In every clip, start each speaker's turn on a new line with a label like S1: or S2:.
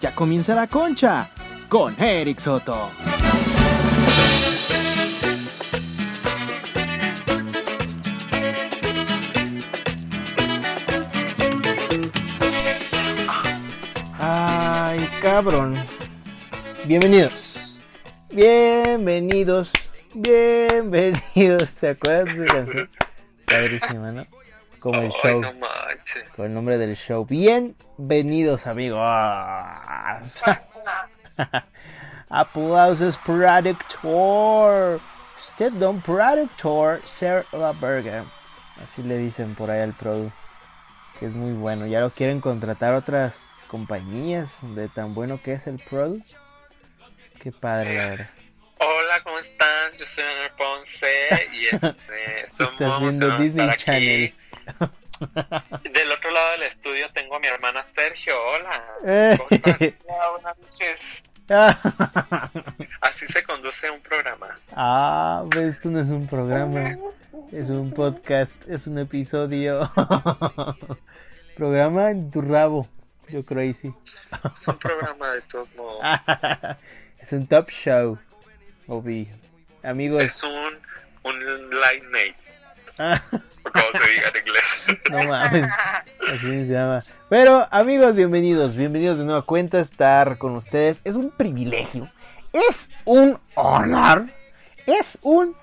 S1: ya comienza la concha con Eric Soto.
S2: Ay, cabrón. Bienvenidos. Bienvenidos. Bienvenidos. ¿Se acuerdan de esa canción? Padrísima, ¿no? Como el
S3: Ay,
S2: show.
S3: no manches.
S2: Con el nombre del show. Bienvenidos, amigos. Aplausos, Productor. Usted, don Productor, Sir La Burger. Así le dicen por ahí al Produ. Que es muy bueno. Ya lo quieren contratar otras compañías de tan bueno que es el Produ. Qué padre, la verdad.
S3: Hola, ¿cómo están? Yo soy Daniel Ponce y este, estoy muy
S2: Estás viendo
S3: emocionado de
S2: Disney
S3: estar aquí.
S2: Channel.
S3: Del otro lado del estudio tengo a mi hermana Sergio. Hola.
S2: Eh.
S3: ¿Cómo estás? Hola, buenas noches. Así se conduce un programa.
S2: Ah, pues esto no es un programa, es un podcast, es un episodio. programa en tu rabo, yo creo sí.
S3: Es un programa de todos modos.
S2: Ah, es un top show, Obi. Amigos,
S3: Es un, un live mate,
S2: pues. ah,
S3: o como se diga en inglés.
S2: no mames, así se llama. Pero amigos, bienvenidos, bienvenidos de nueva cuenta a estar con ustedes. Es un privilegio, es un honor, es un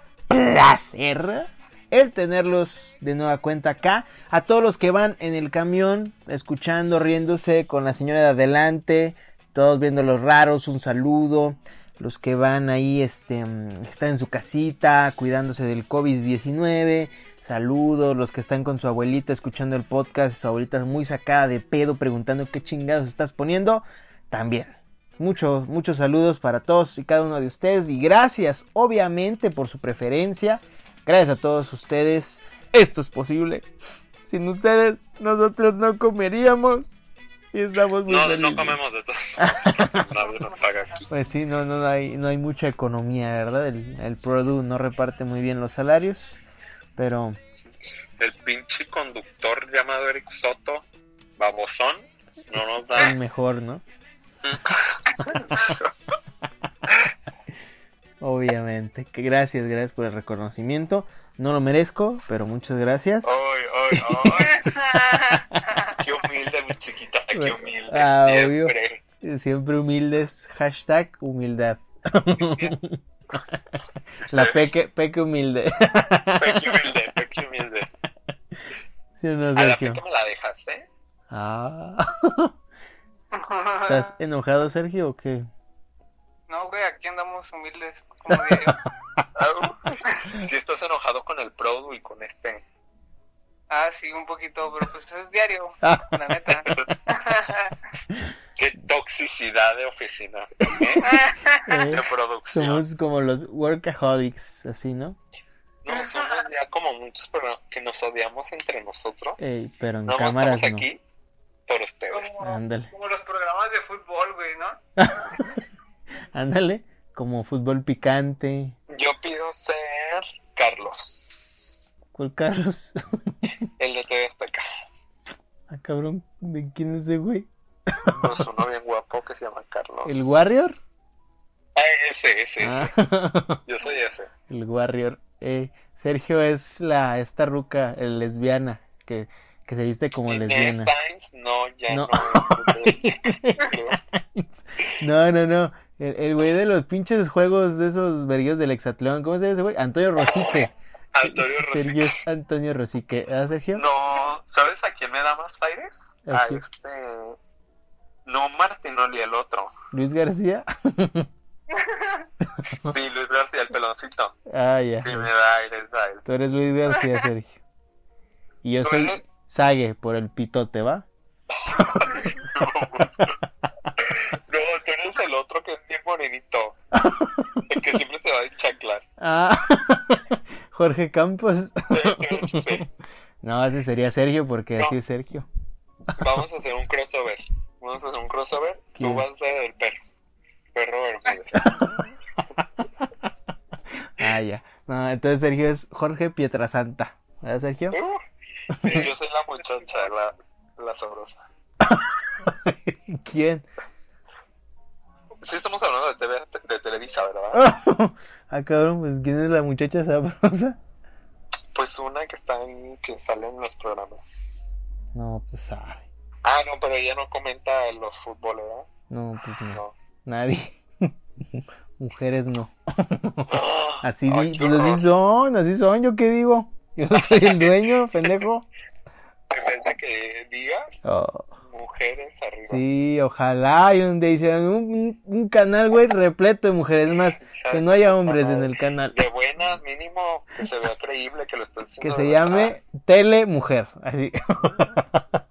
S2: placer el tenerlos de nueva cuenta acá. A todos los que van en el camión, escuchando, riéndose con la señora de adelante, todos viendo los raros, un saludo. Los que van ahí, este, mm, que están en su casita, cuidándose del COVID-19, saludos. Los que están con su abuelita escuchando el podcast, su abuelita muy sacada de pedo, preguntando qué chingados estás poniendo, también. Muchos, muchos saludos para todos y cada uno de ustedes. Y gracias, obviamente, por su preferencia. Gracias a todos ustedes. Esto es posible. Sin ustedes, nosotros no comeríamos. Y estamos muy
S3: No,
S2: felices.
S3: no comemos de todos modos. Nadie nos paga aquí.
S2: Pues sí, no, no hay, no hay mucha economía, ¿verdad? El, el Produ no reparte muy bien los salarios. Pero
S3: El pinche conductor llamado Eric Soto, babosón, no nos da
S2: es mejor, ¿no? Obviamente. Que Gracias, gracias por el reconocimiento. No lo merezco, pero muchas gracias.
S3: Ay, ay, ay. qué humilde, mi chiquita, qué humilde.
S2: Ah, obvio.
S3: siempre.
S2: Siempre humildes. Hashtag humildad.
S3: Sí,
S2: La
S3: sí.
S2: peque, peque humilde.
S3: Peque humilde, peque humilde.
S2: Sí, no,
S3: A la
S2: Sergio.
S3: peque me la dejas, ¿eh?
S2: Ah. ¿Estás
S3: Ah.
S2: enojado, Sergio, o qué?
S4: No, güey, aquí andamos humildes, como diario.
S3: Ah, uh. Si estás enojado con el Produ y con este.
S4: Ah, sí, un poquito, pero pues eso es diario, la neta.
S3: Qué toxicidad de oficina. ¿eh?
S2: Eh,
S3: De producción.
S2: somos como los workaholics, así, ¿no?
S3: No, somos ya como muchos, pero que nos odiamos entre nosotros.
S2: Ey, pero en
S3: No más
S2: cámaras
S3: estamos
S2: no.
S3: aquí por ustedes.
S4: Como,
S2: Ándale,
S4: como los programas de fútbol, güey, ¿no?
S2: ándale. Como fútbol picante.
S3: Yo pido ser Carlos,
S2: ¿Cuál Carlos?
S3: el de TV Azteca.
S2: Ah, cabrón, ¿de quién es ese güey?
S3: Pues uno bien guapo que se llama Carlos.
S2: ¿El Warrior?
S3: Ah, ese, ese, ese.
S2: Ah,
S3: Yo soy ese.
S2: el Warrior. Eh, Sergio es la esta ruca, el lesbiana, que, que se viste como
S3: Inés
S2: lesbiana.
S3: Sainz, no, ya
S2: No.
S3: no. es.
S2: No, no, no. El, el güey de los pinches juegos de esos verguillos del Hexatlón. ¿Cómo se llama ese güey? Antonio Rosique.
S3: Antonio
S2: Sergio
S3: Rosique.
S2: es Antonio Rosique. ¿Ah, Sergio?
S3: No, ¿sabes a quién me da más aires?
S2: ¿A
S3: A
S2: quién?
S3: este. No, Martinoli, el otro.
S2: Luis García.
S3: Sí, Luis García, el peloncito.
S2: Ah, ya.
S3: Sí, me da aires a él.
S2: Tú eres Luis García, Sergio. Y yo
S3: Tú
S2: soy
S3: eres-
S2: Sage por el pitote, ¿va?
S3: No, tú eres el otro que es bien morenito. El que siempre se va de chaclas.
S2: Ah, Jorge Campos.
S3: Sí.
S2: No, ese sería Sergio porque
S3: No.
S2: así es Sergio.
S3: Vamos a hacer un crossover. Vamos a hacer un crossover.
S2: ¿Quién?
S3: Tú vas a ser el perro. Perro Bermúdez.
S2: Ah, ya. No, entonces Sergio es Jorge Pietrasanta. ¿Verdad, Sergio?
S3: Uh, y yo soy la muchacha, la, la sabrosa.
S2: ¿Quién?
S3: Sí, estamos hablando de, TV, de Televisa, ¿verdad?
S2: ah, cabrón, pues ¿quién es la muchacha sabrosa?
S3: Pues una que está en, que sale en los programas.
S2: No, pues sabe.
S3: Ah, no, pero ella no comenta los fútbol, ¿verdad?
S2: No, pues no.
S3: No.
S2: Nadie. Mujeres no. Así,
S3: Ay,
S2: di-
S3: qué
S2: pues así
S3: horror.
S2: son, así son, ¿yo qué digo? Yo no soy el dueño, pendejo.
S3: En vez de que digas
S2: Oh,
S3: mujeres arriba.
S2: sí, ojalá y un día hicieran un, un- un canal, güey, repleto de mujeres. Es más, que no haya hombres en el canal.
S3: De buenas, mínimo, que se vea creíble que lo están haciendo.
S2: Que
S3: de
S2: se
S3: verdad.
S2: llame Tele Mujer, así.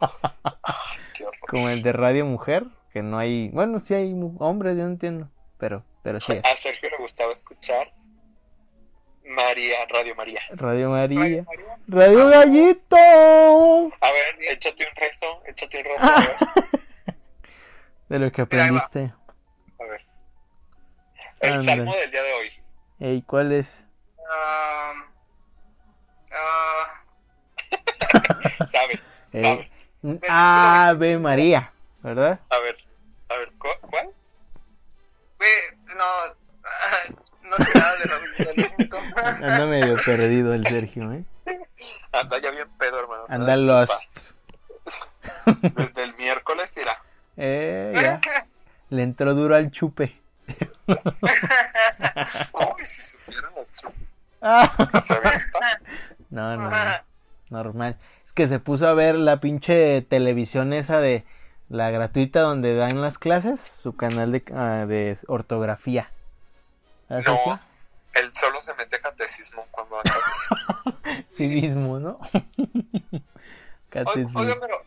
S3: Qué horror.
S2: Como el de Radio Mujer, que no hay... Bueno, sí hay mu- hombres, yo no entiendo, pero, pero sí es.
S3: A Sergio le gustaba escuchar María, Radio María.
S2: Radio
S4: María,
S2: María.
S4: María.
S2: Radio Gallito.
S3: A ver, échate un rezo, échate un rezo. A ver.
S2: De lo que
S4: Mira, ahí va.
S2: aprendiste.
S3: A ver. El
S2: Ándale.
S3: salmo del día de hoy.
S2: Ey, ¿cuál es?
S4: Ah, ah,
S3: ¿Sabe?
S2: Ey,
S3: ¿Sabe?
S2: un Ave María, ¿verdad?
S3: A ver, a ver, ¿cu- ¿cuál?
S4: ve, no, no sé nada de lo
S2: Anda medio perdido el Sergio, ¿eh?
S3: Anda ya bien pedo, hermano.
S2: Anda lost.
S3: Desde el miércoles irá.
S2: Eh, ya. Le entró duro al chupe.
S3: Uy, si supieran los trucos
S2: Ah,
S3: que se avienta.
S2: no, no, no,
S4: Ah.
S2: normal. Es que se puso a ver la pinche televisión esa de la gratuita donde dan las clases, su canal de, ah, de ortografía. ¿Sabes
S3: No,
S2: eso?
S3: él solo se mete a catecismo cuando va a catecismo.
S2: Sí mismo, ¿no?
S4: Oye,
S2: Catecismo.
S4: oiga, pero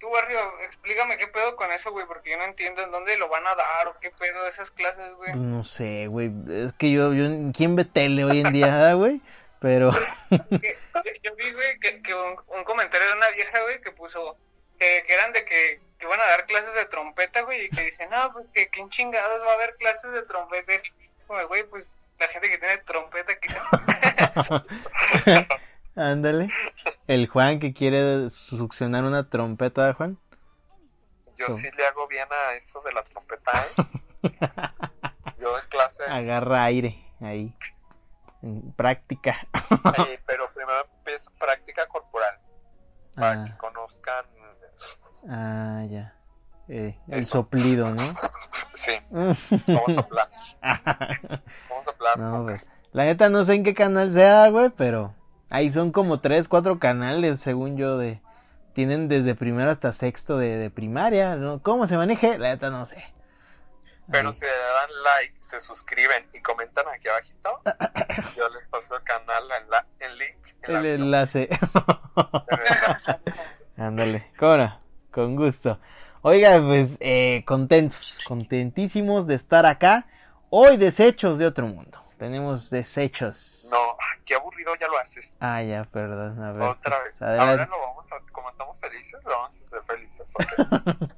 S4: tú, Barrio, explícame qué pedo con eso, güey, porque yo no entiendo en dónde lo van a dar o qué pedo de esas clases, güey.
S2: Pues no sé, güey. Es que yo, yo, ¿quién ve tele hoy en día, ah, güey? Pero,
S4: Que- Yo, yo vi, güey, que, que un, un comentario de una vieja, güey, que puso que, que eran de que, que van a dar clases de trompeta, güey, y que dicen, no, pues que quién chingados va a haber clases de trompeta. Es como, güey, pues la gente que tiene trompeta quizá.
S2: ándale. El Juan que quiere succionar una trompeta, Juan.
S3: Yo
S2: Sí.
S3: sí le hago bien a eso de la trompeta, ¿eh? Yo en clases.
S2: Agarra aire ahí. En práctica.
S3: Sí, pero primero empiezo práctica corporal. Para que
S2: Ah,
S3: conozcan.
S2: ah, ya. Eh, el
S3: Eso.
S2: soplido, ¿no?
S3: Sí, vamos a hablar. Vamos a hablar.
S2: No,
S3: con
S2: pues,
S3: Cas-
S2: La neta no sé en qué canal sea, güey, pero ahí son como tres, cuatro canales, según yo, de... Tienen desde primero hasta sexto de, de primaria, ¿no? ¿Cómo se maneje? La neta no sé.
S3: Pero
S2: Ahí.
S3: si le dan like, se suscriben y comentan aquí abajito, yo les paso el canal, el, la- el link. el
S2: El
S3: audio.
S2: enlace.
S3: De verdad.
S2: Ándale, Cora, con gusto. Oiga, pues eh, contentos, contentísimos de estar acá. Hoy desechos de otro mundo. Tenemos desechos.
S3: No, ay, qué aburrido ya lo haces.
S2: Ah, ya, perdón. A ver,
S3: Otra
S2: pues,
S3: vez. Ahora
S2: adelante.
S3: lo vamos a, como estamos felices, lo vamos a hacer felices. ok.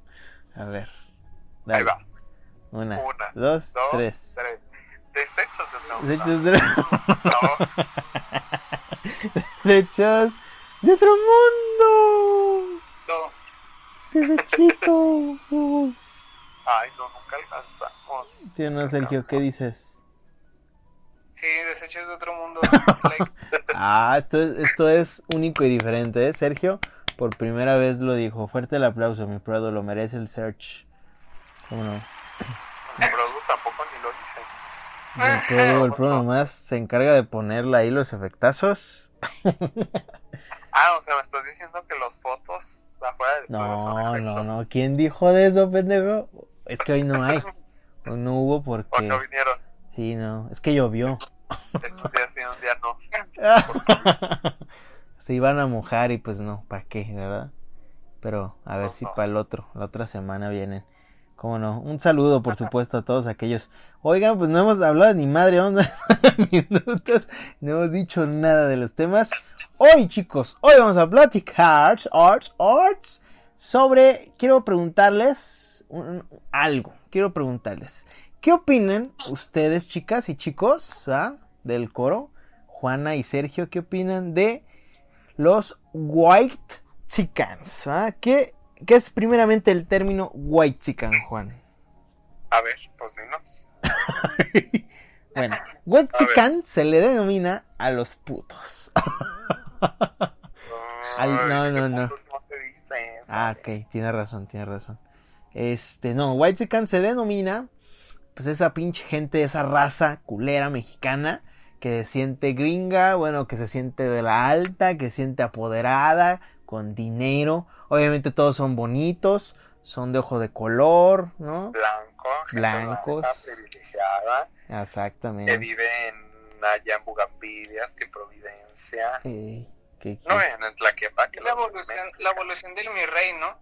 S2: A ver.
S3: Ahí
S2: dale.
S3: va.
S2: Una,
S3: Una,
S2: dos,
S3: dos,
S2: tres.
S3: tres. Desechos de una
S2: Desechos de...
S3: No,
S2: desechos de otro mundo.
S4: No,
S2: Desechitos.
S3: ay, no, nunca alcanzamos.
S2: ¿Sí o no, Sergio? ¿Qué dices?
S4: sí, desechos de otro mundo. like,
S2: Ah, esto es, esto es único y diferente, ¿eh? Sergio, por primera vez lo dijo. Fuerte el aplauso, mi Prado, lo merece el search. ¿Cómo no?
S3: El producto tampoco ni lo dice.
S2: El Prado, el Prado nomás se encarga de ponerle ahí los efectazos.
S3: Ah, o sea, me estás diciendo que las fotos afuera del estudio
S2: No,
S3: son
S2: no,
S3: efectos.
S2: no. ¿Quién dijo de eso, pendejo? Es que hoy no hay. Hoy no hubo
S3: O
S2: porque...
S3: no vinieron.
S2: Sí, no. Es que llovió.
S3: Es un día sí, un día no.
S2: se iban a mojar y pues no, ¿para qué, verdad? Pero a ver si para el otro, la otra semana vienen. ¿Cómo no? Un saludo, por supuesto, a todos aquellos. Oigan, pues no hemos hablado ni madre, vamos a minutos, no hemos dicho nada de los temas. Hoy, chicos, hoy vamos a platicar, arts, arts, sobre, quiero preguntarles un- algo, quiero preguntarles. ¿Qué opinan ustedes, chicas y chicos, ah, del coro? Juana y Sergio, ¿qué opinan de los white ¿Ah? chickens? ¿Qué, qué es primeramente el término white chicken, Juan?
S3: A ver, pues dinos.
S2: bueno, Wexicans se le denomina a los putos. Al- no, no,
S3: Ay, ¿qué
S2: no.
S3: putos No se dice eso?
S2: Ah, ok, tiene razón, tiene razón. Este, no, Whitezican se denomina, pues esa pinche gente, esa raza culera mexicana que se siente gringa, bueno, que se siente de la alta, que se siente apoderada, con dinero. Obviamente todos son bonitos, son de ojo de color, ¿no?
S3: Blanco, gente
S2: Blancos. Eh.
S3: blanca, privilegiada, que
S2: Exactamente.
S3: vive en allá en Bugambilias, que en Providencia.
S2: Eh, que-
S3: No en Tlaquepa, que
S4: La evolución, la evolución del mi rey, ¿no?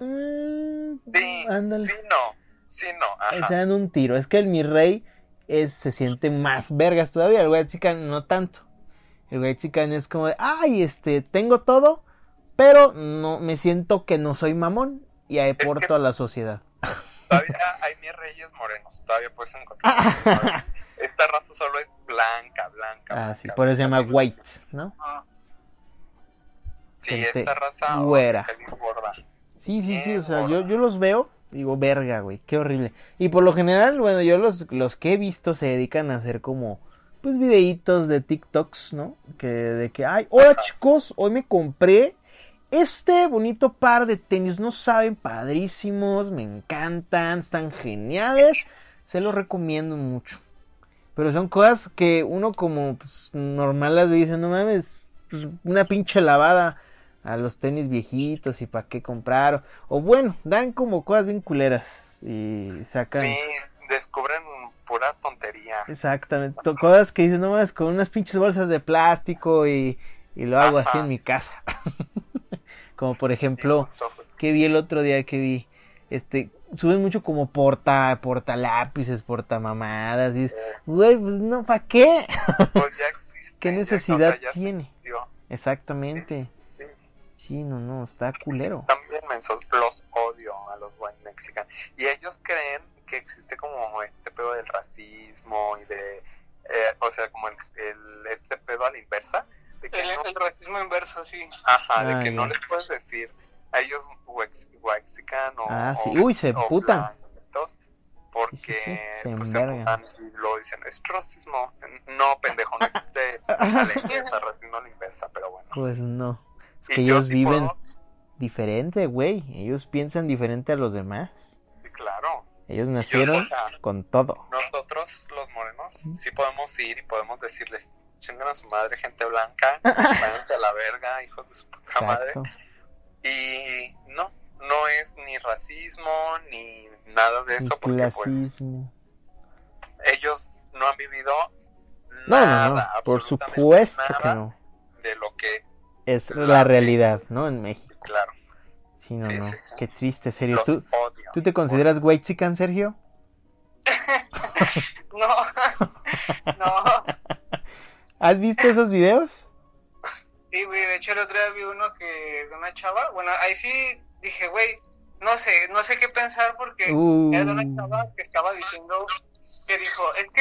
S2: Mm,
S3: Sí,
S2: ándale.
S3: sí, no. Sí, no.
S2: Ahí
S3: Ajá.
S2: se dan un tiro. Es que el mi rey es- se siente más vergas todavía. El white chican no tanto. El white chican es como de, ay, este, tengo todo, pero no me siento que no soy mamón y aporto
S3: que-
S2: a la sociedad.
S3: Todavía hay mis reyes morenos. Todavía puedes encontrar. Ah, Esta raza solo es blanca, blanca.
S2: Ah,
S3: blanca,
S2: sí, por eso se llama
S3: blanca.
S2: white, ¿no?
S4: Ah,
S3: Sí,
S2: Gente
S3: esta raza.
S2: güera.
S3: que es gorda.
S2: Sí, sí, sí,
S3: Qué
S2: o sea, yo,
S3: gordo.
S2: yo los veo, digo, verga, güey, qué horrible. Y por lo general, bueno, yo los, los que he visto se dedican a hacer como, pues, videitos de TikToks, ¿no? Que de que, ay, hola chicos, hoy me compré este bonito par de tenis, no saben, padrísimos, me encantan, están geniales, se los recomiendo mucho. Pero son cosas que uno como pues, normal las ve y dice, no mames, pues, una pinche lavada a los tenis viejitos y para qué comprar. O bueno, dan como cosas bien culeras y sacan.
S3: Sí, descubren pura tontería.
S2: Exactamente. to- Cosas que dices, no mames, con unas pinches bolsas de plástico y, y lo hago así
S3: Ajá.
S2: en mi casa. como por
S3: Sí,
S2: ejemplo,
S3: justo, justo.
S2: que vi el otro día que vi, este, suben mucho como porta, porta lápices, porta mamadas. Y dices,
S3: Eh,
S2: güey, pues no, ¿para qué?
S3: Pues ya existe.
S2: ¿Qué
S3: ya- o sea,
S2: necesidad
S3: ya
S2: tiene?
S3: existió.
S2: Exactamente.
S3: Sí, sí, sí.
S2: Sí, no, no, está culero.
S3: También mensos, los odio a los white mexicanos. Y ellos creen que existe como este pedo del racismo y de. eh, o sea, como el, el- este pedo a la inversa. De que
S4: el,
S3: no,
S4: el racismo inverso, sí.
S3: ajá, de
S2: Ah,
S3: que
S2: ya.
S3: no les puedes decir a ellos wex- huaxican o.
S2: Ah, sí.
S3: o-
S2: Uy, se
S3: o
S2: emputan.
S3: blancos, Porque
S2: Sí, sí, sí, se
S3: pues, se
S2: envergan.
S3: emputan y lo dicen, es racismo. No, pendejo, no existe a la inversa, racismo a la inversa, pero bueno.
S2: Pues no. Es
S3: Y
S2: que
S3: yo
S2: ellos
S3: sí
S2: viven
S3: puedo-
S2: diferente, güey. Ellos piensan diferente a los demás.
S3: sí, claro.
S2: Ellos
S3: Y yo,
S2: nacieron
S3: o sea,
S2: con todo.
S3: Nosotros, los morenos, sí podemos ir y podemos decirles, chingan a su madre, gente blanca, váyanse a la verga, hijos de su puta madre.
S2: Exacto.
S3: Y no, no es ni racismo, ni nada de eso,
S2: El
S3: porque
S2: clasismo.
S3: pues ellos no han vivido
S2: No,
S3: nada,
S2: no, no. Por
S3: absolutamente
S2: supuesto que
S3: nada
S2: no.
S3: de lo que,
S2: Es
S3: la
S2: la
S3: ley.
S2: realidad, ¿no? En México.
S3: claro,
S2: Sí, no,
S3: Sí,
S2: no.
S3: sí, sí.
S2: Qué triste, serio.
S3: los
S2: ¿Tú,
S3: odio.
S2: ¿Tú te consideras Whitezican, Sergio?
S4: No, no.
S2: ¿Has visto esos videos?
S4: Sí, güey, de hecho el otro día vi uno que de una chava, bueno, ahí sí dije, güey, no sé, no sé qué pensar porque
S2: Uh,
S4: era de una chava que estaba diciendo, que dijo, es que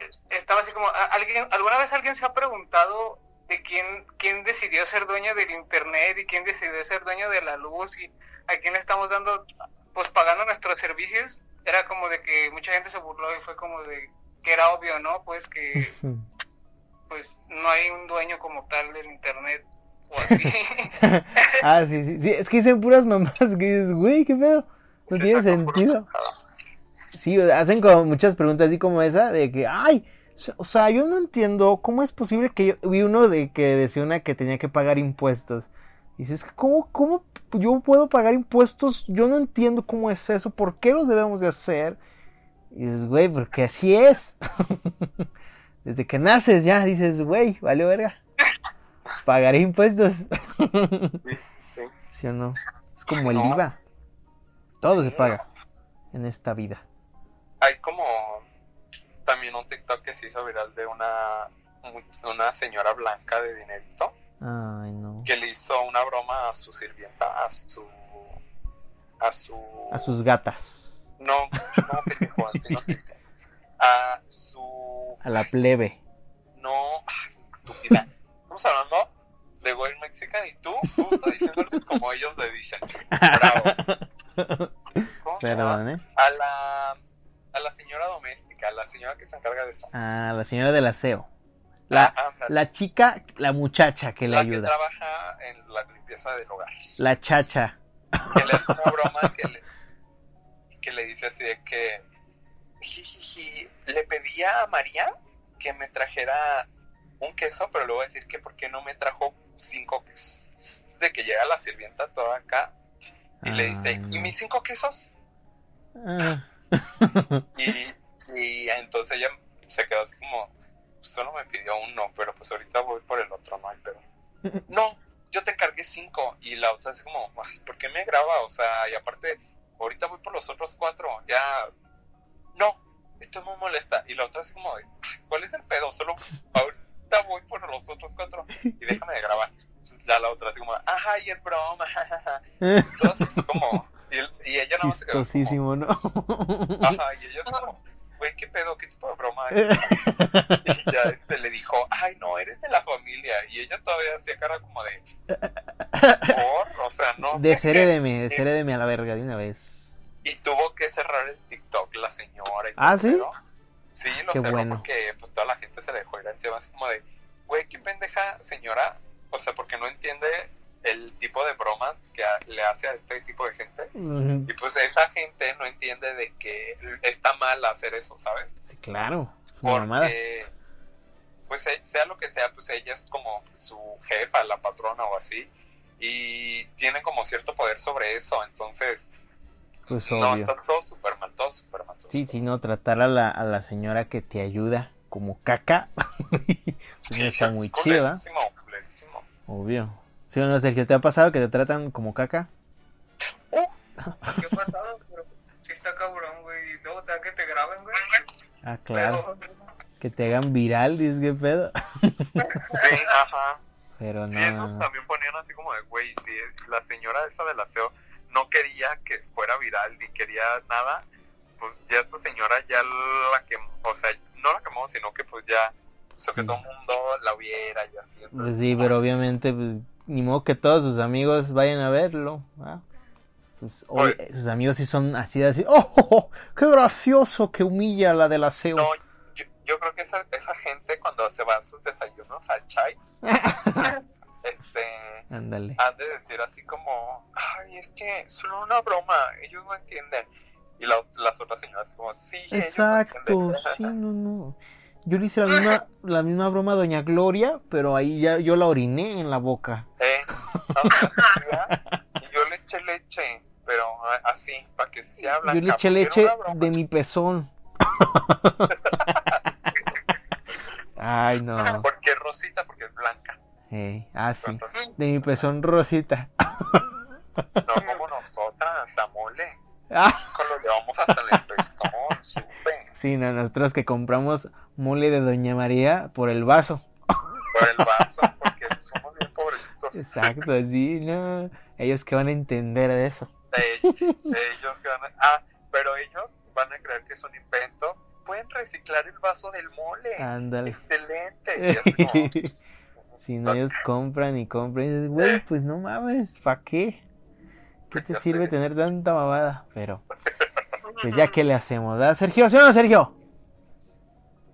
S4: eh, estaba así como, "¿A- alguien, ¿alguna vez alguien se ha preguntado de quién, quién decidió ser dueño del internet y quién decidió ser dueño de la luz y a quién le estamos dando, pues pagando nuestros servicios? Era como de que mucha gente se burló y fue como de que era obvio, ¿no? Pues que
S2: Uh.
S4: pues no hay un dueño como tal del internet o así.
S2: ah, sí, sí, sí. Es que dicen puras mamás que dices, güey, qué pedo. No
S3: Sí,
S2: tiene
S3: sacan puro
S2: sentido.
S3: cagado.
S2: Sí, o sea, hacen como muchas preguntas así como esa de que, ay, s- o sea, yo no entiendo cómo es posible que yo vi uno de que decía una que tenía que pagar impuestos. Y dices, ¿cómo, cómo yo puedo pagar impuestos? Yo no entiendo cómo es eso, ¿por qué los debemos de hacer? Y dices, güey, porque así es. Desde que naces ya dices, güey, vale verga. Pagaré impuestos.
S3: Sí, sí, sí.
S2: ¿Sí o no? Es como el
S3: No.
S2: IVA. Todo
S3: Sí.
S2: se paga en esta vida.
S3: hay como también un TikTok que se hizo viral de una mu- una señora blanca de dinerito
S2: Ay, no.
S3: que le hizo una broma a su sirvienta, a su a su
S2: A sus gatas.
S3: no, no pendejo, así no se dice. A su
S2: A la plebe.
S3: no estúpida. Estamos hablando de Gold Mexican y tú justo diciéndole como ellos le dicen. Bravo. ¿Cómo se llama?
S2: Perdón, ¿eh?
S3: A la a la señora doméstica, a la señora que se encarga de eso.
S2: Ah, la señora del aseo. La,
S3: Ah, ándale.
S2: la chica, la muchacha que le
S3: La que
S2: ayuda.
S3: trabaja en la limpieza del hogar.
S2: La chacha.
S3: que le hace una broma que le, que le dice así de que jijiji, le pedía a María que me trajera un queso, pero le voy a decir que por qué no me trajo cinco quesos. Es de que llega la sirvienta toda acá y le dice,
S2: Ay.
S3: ¿y mis cinco quesos?
S2: Ah.
S3: Y, y entonces ella se quedó así como, pues, solo me pidió uno, pero pues ahorita voy por el otro, no hay pedo". No, yo te encargué cinco. Y la otra así como, "Ay, ¿por qué me graba? O sea, y aparte, ahorita voy por los otros cuatro, ya... No, esto me molesta. Y la otra así como, de, "Ay, ¿cuál es el pedo? Solo ahorita voy por los otros cuatro y déjame de grabar. Entonces ya la otra así como, ajá, y el broma, jajaja". Entonces, todas así como... Y, y ella nada más se quedó así como,
S2: Chistosísimo, ¿no?
S3: Ajá, y ella es como, güey, ¿qué pedo? ¿Qué tipo de broma es? Y ya este, le dijo, ay, no, eres de la familia. Y ella todavía hacía cara como de, por, o sea, no.
S2: Desherédeme, desherédeme a la verga de una vez.
S3: Y tuvo que cerrar el TikTok la señora. y
S2: ¿Ah,
S3: todo
S2: sí?
S3: el pedo. Sí, lo
S2: Qué
S3: cerró
S2: bueno.
S3: porque pues, toda la gente se le dejó ir encima. Es como de, güey, qué pendeja señora. O sea, porque no entiende el tipo de bromas que a- le hace a este tipo de gente.
S2: Mm,
S3: Y pues esa gente no entiende de que está mal hacer eso, ¿sabes?
S2: Sí, claro. Es una mamada.
S3: porque pues eh, sea lo que sea pues ella es como su jefa la patrona o así y tiene como cierto poder sobre eso entonces
S2: Pues
S3: no
S2: obvio.
S3: está todo super mal todo super mal todo
S2: Sí,
S3: súper
S2: sí, no, tratar a la, a la señora que te ayuda como caca.
S3: mal.
S2: no está
S3: es
S2: muy chido, ¿eh?
S3: culerísimo, culerísimo.
S2: Obvio. ¿Sí o no, Sergio? ¿Te ha pasado que te tratan como caca?
S4: ¿Qué ha pasado? Pero sí está cabrón, güey. Y luego te da que te graben, güey.
S2: Ah, claro.
S4: Pero-
S2: Que te hagan viral, dices, qué pedo.
S3: sí ajá
S2: Pero no,
S3: sí eso
S2: no, no.
S3: también ponían así como de güey si la señora esa del aseo no quería que fuera viral ni quería nada pues ya esta señora ya la quemó o sea no la quemó sino que pues ya hizo que
S2: Sí.
S3: todo el mundo la viera y así entonces,
S2: Pues sí,
S3: ah,
S2: pero obviamente, pues, ni modo que todos sus amigos vayan a verlo. ¿va? Pues,
S3: Oye.
S2: obvio, sus amigos sí son así, así, ¡oh, oh, oh! qué gracioso que humilla a la del aseo!
S3: No, yo, yo creo que esa, esa gente cuando se va a sus desayunos al chai, este,
S2: Ándale.
S3: ha de decir así como, ay, es que es solo una broma, ellos no entienden. Y la- las otras señoras como, sí, ellos no
S2: Exacto, sí,
S3: entienden.
S2: no, no. Yo le hice la misma, la misma broma a Doña Gloria, pero ahí ya yo la oriné en la boca.
S3: Eh, no, así, ¿verdad? y yo le eché leche, pero a- así, para que se hablan.
S2: Yo le eché leche de mi pezón. Ay, no.
S3: Porque es rosita, porque es blanca.
S2: Ey, ah, sí.
S3: Entonces,
S2: De mi pezón rosita.
S3: No como nosotras, la mole.
S2: Ah,
S3: Con lo llevamos hasta el pezón, supe.
S2: sí, no, nosotros que compramos mole de Doña María por el vaso.
S3: por el vaso, porque somos bien pobrecitos.
S2: Exacto, sí, no. Ellos que van a entender de eso.
S3: Eh, ellos que van a- Ah, pero ellos van a creer que es un invento. Pueden reciclar el vaso del mole.
S2: Ándale.
S3: Excelente. Y así como,
S2: Si no, ellos compran y compran. Y dices, güey, pues no mames, ¿para qué? ¿Qué te
S3: Ya
S2: sirve
S3: sé.
S2: tener tanta babada? Pero, pues ya que le hacemos, ¿verdad, Sergio? ¿Sí o no, Sergio?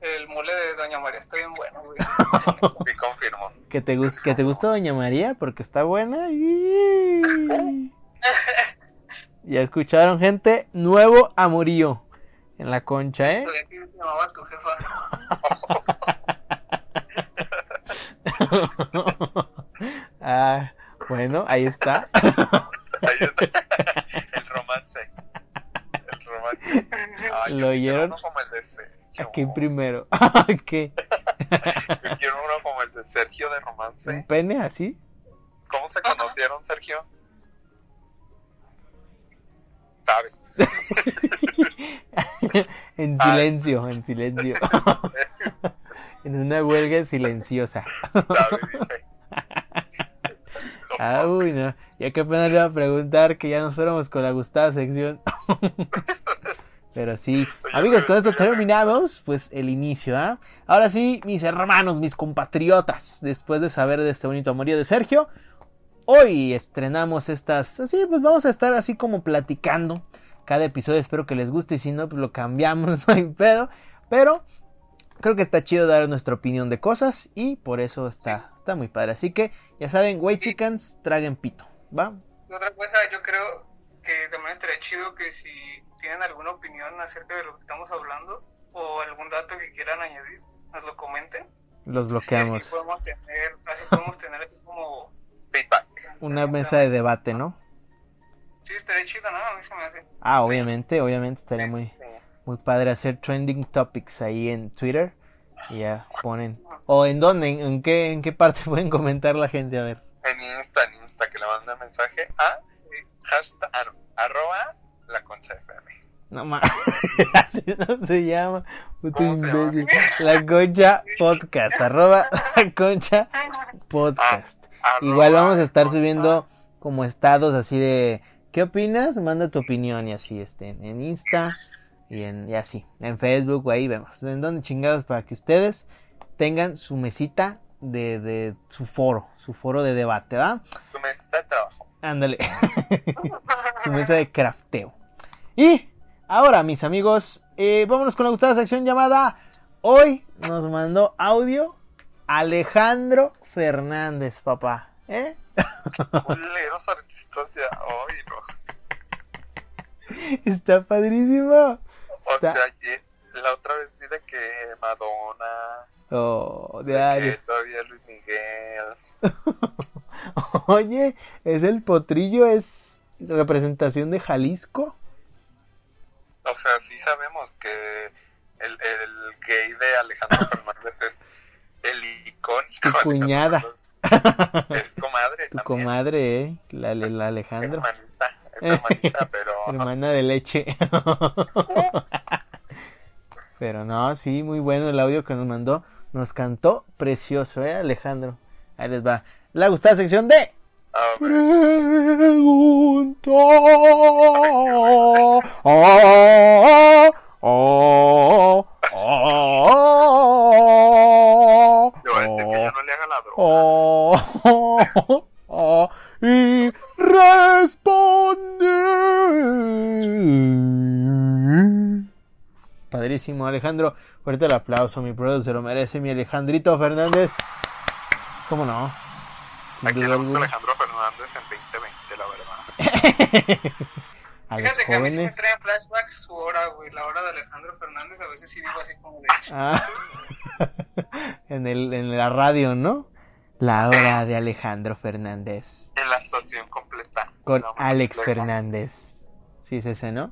S4: El mole de Doña María está bien bueno, güey.
S3: Y confirmo.
S2: Que te, gus- que te gusta Doña María porque está buena. Y... Ya escucharon, gente. Nuevo amorío en la concha, ¿eh?
S4: Sabía que te llamaba tu jefa.
S2: ah, bueno, ahí está.
S3: Ahí está. El romance. El romance. Ay, yo
S2: ¿Lo
S3: quisiera
S2: oyeron?
S3: uno como el de Sergio.
S2: Aquí primero. Ah, ¿Qué?
S3: Yo quiero uno como el de Sergio de
S2: ¿Un
S3: romance.
S2: pene así?
S3: ¿Cómo se conocieron, Sergio? ¿Sabe?
S2: En
S3: Ah.
S2: silencio, en silencio. en una huelga silenciosa.
S3: ¿Sabe? Dice.
S2: Ah, uy, no. Ya que apenas le iba a preguntar que ya nos fuéramos con la gustada sección. Pero sí. Amigos, con esto terminamos, pues el inicio, ¿ah? Ahora sí, mis hermanos, mis compatriotas, después de saber de este bonito amorío de Sergio, hoy estrenamos estas, así pues vamos a estar así como platicando cada episodio. Espero que les guste y si no, pues lo cambiamos, no hay pedo. Pero creo que está chido dar nuestra opinión de cosas y por eso está, está muy padre. Así que ya saben, white chickens, traguen pito. ¿va?
S4: Y otra cosa, yo creo que también estaría chido que si tienen alguna opinión acerca de lo que estamos hablando o algún dato que quieran añadir, nos lo comenten.
S2: Los
S4: Y así
S2: bloqueamos.
S4: podemos tener, así podemos tener así como...
S3: Feedback.
S2: Una mesa de debate, ¿no?
S4: Sí, estaría chido, ¿no? A mí se me hace.
S2: Ah, obviamente, obviamente estaría muy,
S3: Este,
S2: muy padre hacer trending topics ahí en Twitter. Y ya ponen. ¿O en dónde? ¿En, en qué, ¿En qué parte pueden comentar la gente? A ver.
S3: En Insta, en Insta, que le manda mensaje a eh, hashtag, ah, no, arroba la concha FM.
S2: No más. Así no se llama. Puto
S3: ¿Cómo se llama?
S2: imbécil. La concha podcast. Arroba la concha podcast.
S3: Arroba
S2: Igual vamos a estar
S3: Concha.
S2: subiendo como estados así de ¿qué opinas? Manda tu opinión y así este en Insta y en y así, en Facebook ahí vemos. En donde chingados para que ustedes tengan su mesita de, de su foro, su foro de debate, ¿va?
S3: Tu mesita de trabajo.
S2: Ándale. su mesa de crafteo. Y ahora, mis amigos, eh, vámonos con la gustada sección llamada Hoy nos mandó audio Alejandro Fernández, papá. ¿Eh?
S3: Culeros artistas ya hoy, no.
S2: Está padrísimo.
S3: O
S2: Está-
S3: sea, ayer- la otra vez vi de que Madonna,
S2: Oh,
S3: de
S2: diario.
S3: que todavía Luis Miguel.
S2: Oye, es el potrillo, es representación de Jalisco.
S3: O sea, sí sabemos que el, el gay de Alejandro Fernández es el icónico.
S2: Tu
S3: Alejandro
S2: cuñada.
S3: Fernández. Es comadre.
S2: Tu
S3: también,
S2: comadre, ¿eh? La, la- la Alejandro.
S3: Hermanita, es hermanita, pero
S2: Hermana de leche. Pero no, sí, muy bueno el audio que nos mandó. Nos cantó precioso, ¿eh, Alejandro? Ahí les va. La gustada sección de
S3: a ver,
S2: Pregunta Ah, ah, ah,
S3: le voy a decir que yo no le haga la droga.
S2: Oh, ah, ah, y responde. Padrísimo, Alejandro. Fuerte el aplauso, mi brother. Se lo merece mi Alejandrito Fernández. ¿Cómo no? Sin
S3: Aquí
S2: duda
S3: le gusta
S2: alguna.
S3: Alejandro Fernández en 2020, la verdad.
S2: a los
S4: Fíjate que a mí sí me
S2: jóvenes.
S4: trae flashbacks su hora, güey, la hora de Alejandro Fernández, a veces sí digo así como de...
S2: Ah, en, el, en la radio, ¿no? La hora de Alejandro Fernández.
S3: En la actuación completa.
S2: Con
S3: Nada
S4: pues,
S3: más
S2: Alex
S3: complejo.
S2: Fernández. Sí, es ese, ¿no?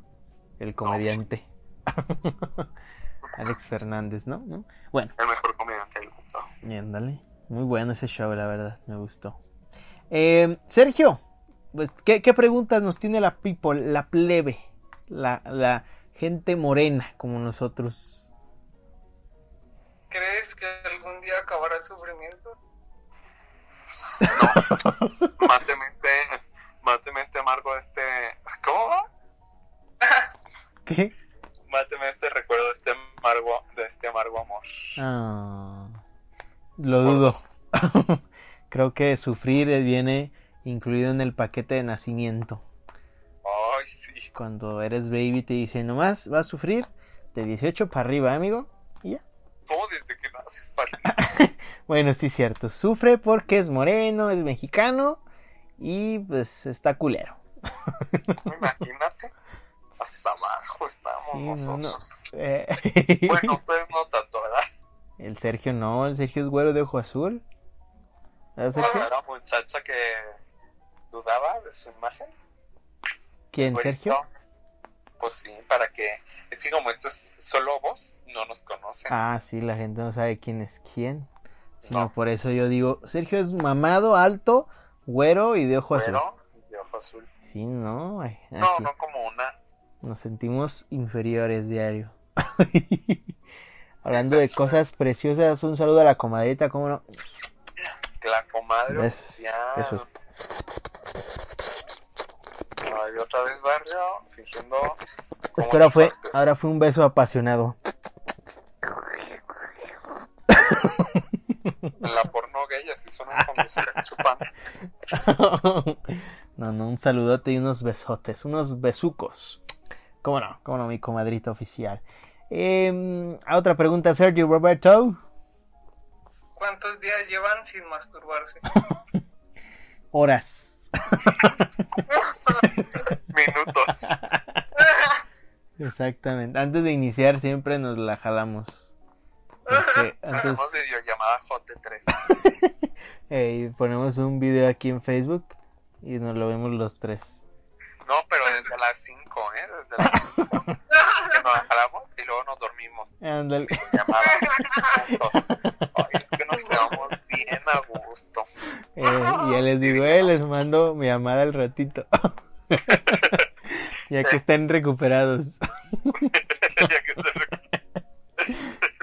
S4: pues,
S2: El comediante. Alex Fernández, ¿no? ¿No? Bueno,
S3: El mejor comediante del mundo.
S2: y ándale. Muy bueno ese show, la verdad. Me gustó. Eh, Sergio, pues, ¿qué, qué preguntas nos tiene la people, la plebe? La, la gente morena como nosotros.
S4: ¿Crees que algún día acabará el sufrimiento?
S3: Máteme este, máteme este amargo, este... ¿Cómo va?
S2: ¿Qué?
S3: Máteme este recuerdo de este amargo, de este amargo amor.
S2: Ah, lo dudo. Creo que sufrir eh, viene incluido en el paquete de nacimiento.
S3: Ay, sí.
S2: Cuando eres baby te dicen, nomás vas a sufrir de 18 para arriba, ¿eh, amigo.
S3: ¿Cómo desde que naces para mí?
S2: Bueno, sí, cierto. Sufre porque es moreno, es mexicano y pues está culero.
S3: Imagínate. Hasta abajo estamos
S2: Sí, no,
S3: nosotros.
S2: Eh,
S3: Bueno, pues no tanto, ¿verdad?
S2: El Sergio no, el Sergio es güero de ojo azul. ¿Verdad, Sergio?
S3: La muchacha que dudaba de su imagen.
S2: ¿Quién,
S3: Güerito.
S2: Sergio?
S3: Pues sí, para que. Es que como esto es solo vos, no nos conocen.
S2: Ah, sí, la gente no sabe quién es quién. No,
S3: no,
S2: por eso yo digo, Sergio es mamado, alto, güero y de ojo azul.
S3: pero de ojo azul.
S2: Sí, no, ay,
S3: No,
S2: aquí
S3: no como una.
S2: nos sentimos inferiores diario. Hablando de
S3: Exacto.
S2: cosas preciosas, un saludo a la comadrita, ¿cómo no?
S3: La comadre
S2: ¿Ves?
S3: oficial.
S2: Eso es.
S3: Ay, otra vez barrio, fingiendo. como
S2: Espera, fue,
S3: chuparte.
S2: ahora fue un beso apasionado.
S3: En la porno gay así suena cuando se la chupan.
S2: no, no, un saludote y unos besotes, unos besucos. ¿Cómo no? ¿Cómo no, mi comadrita oficial? Eh, a otra pregunta, Sergio Roberto.
S4: ¿Cuántos días llevan sin masturbarse?
S2: Horas.
S3: Minutos.
S2: Exactamente. Antes de iniciar siempre nos la jalamos. Porque antes
S3: Hacemos videollamada Hot de 3.
S2: eh, ponemos un video aquí en Facebook y nos lo vemos los tres.
S3: No, pero desde las 5, ¿eh? Desde las 5. que nos jalamos y luego nos dormimos.
S2: Ándale.
S3: Llamada. juntos. Ay, es que nos quedamos bien a gusto.
S2: Eh, y ya les digo, eh, les mando mi llamada al ratito. ya que estén recuperados.
S3: ya que se recuerda.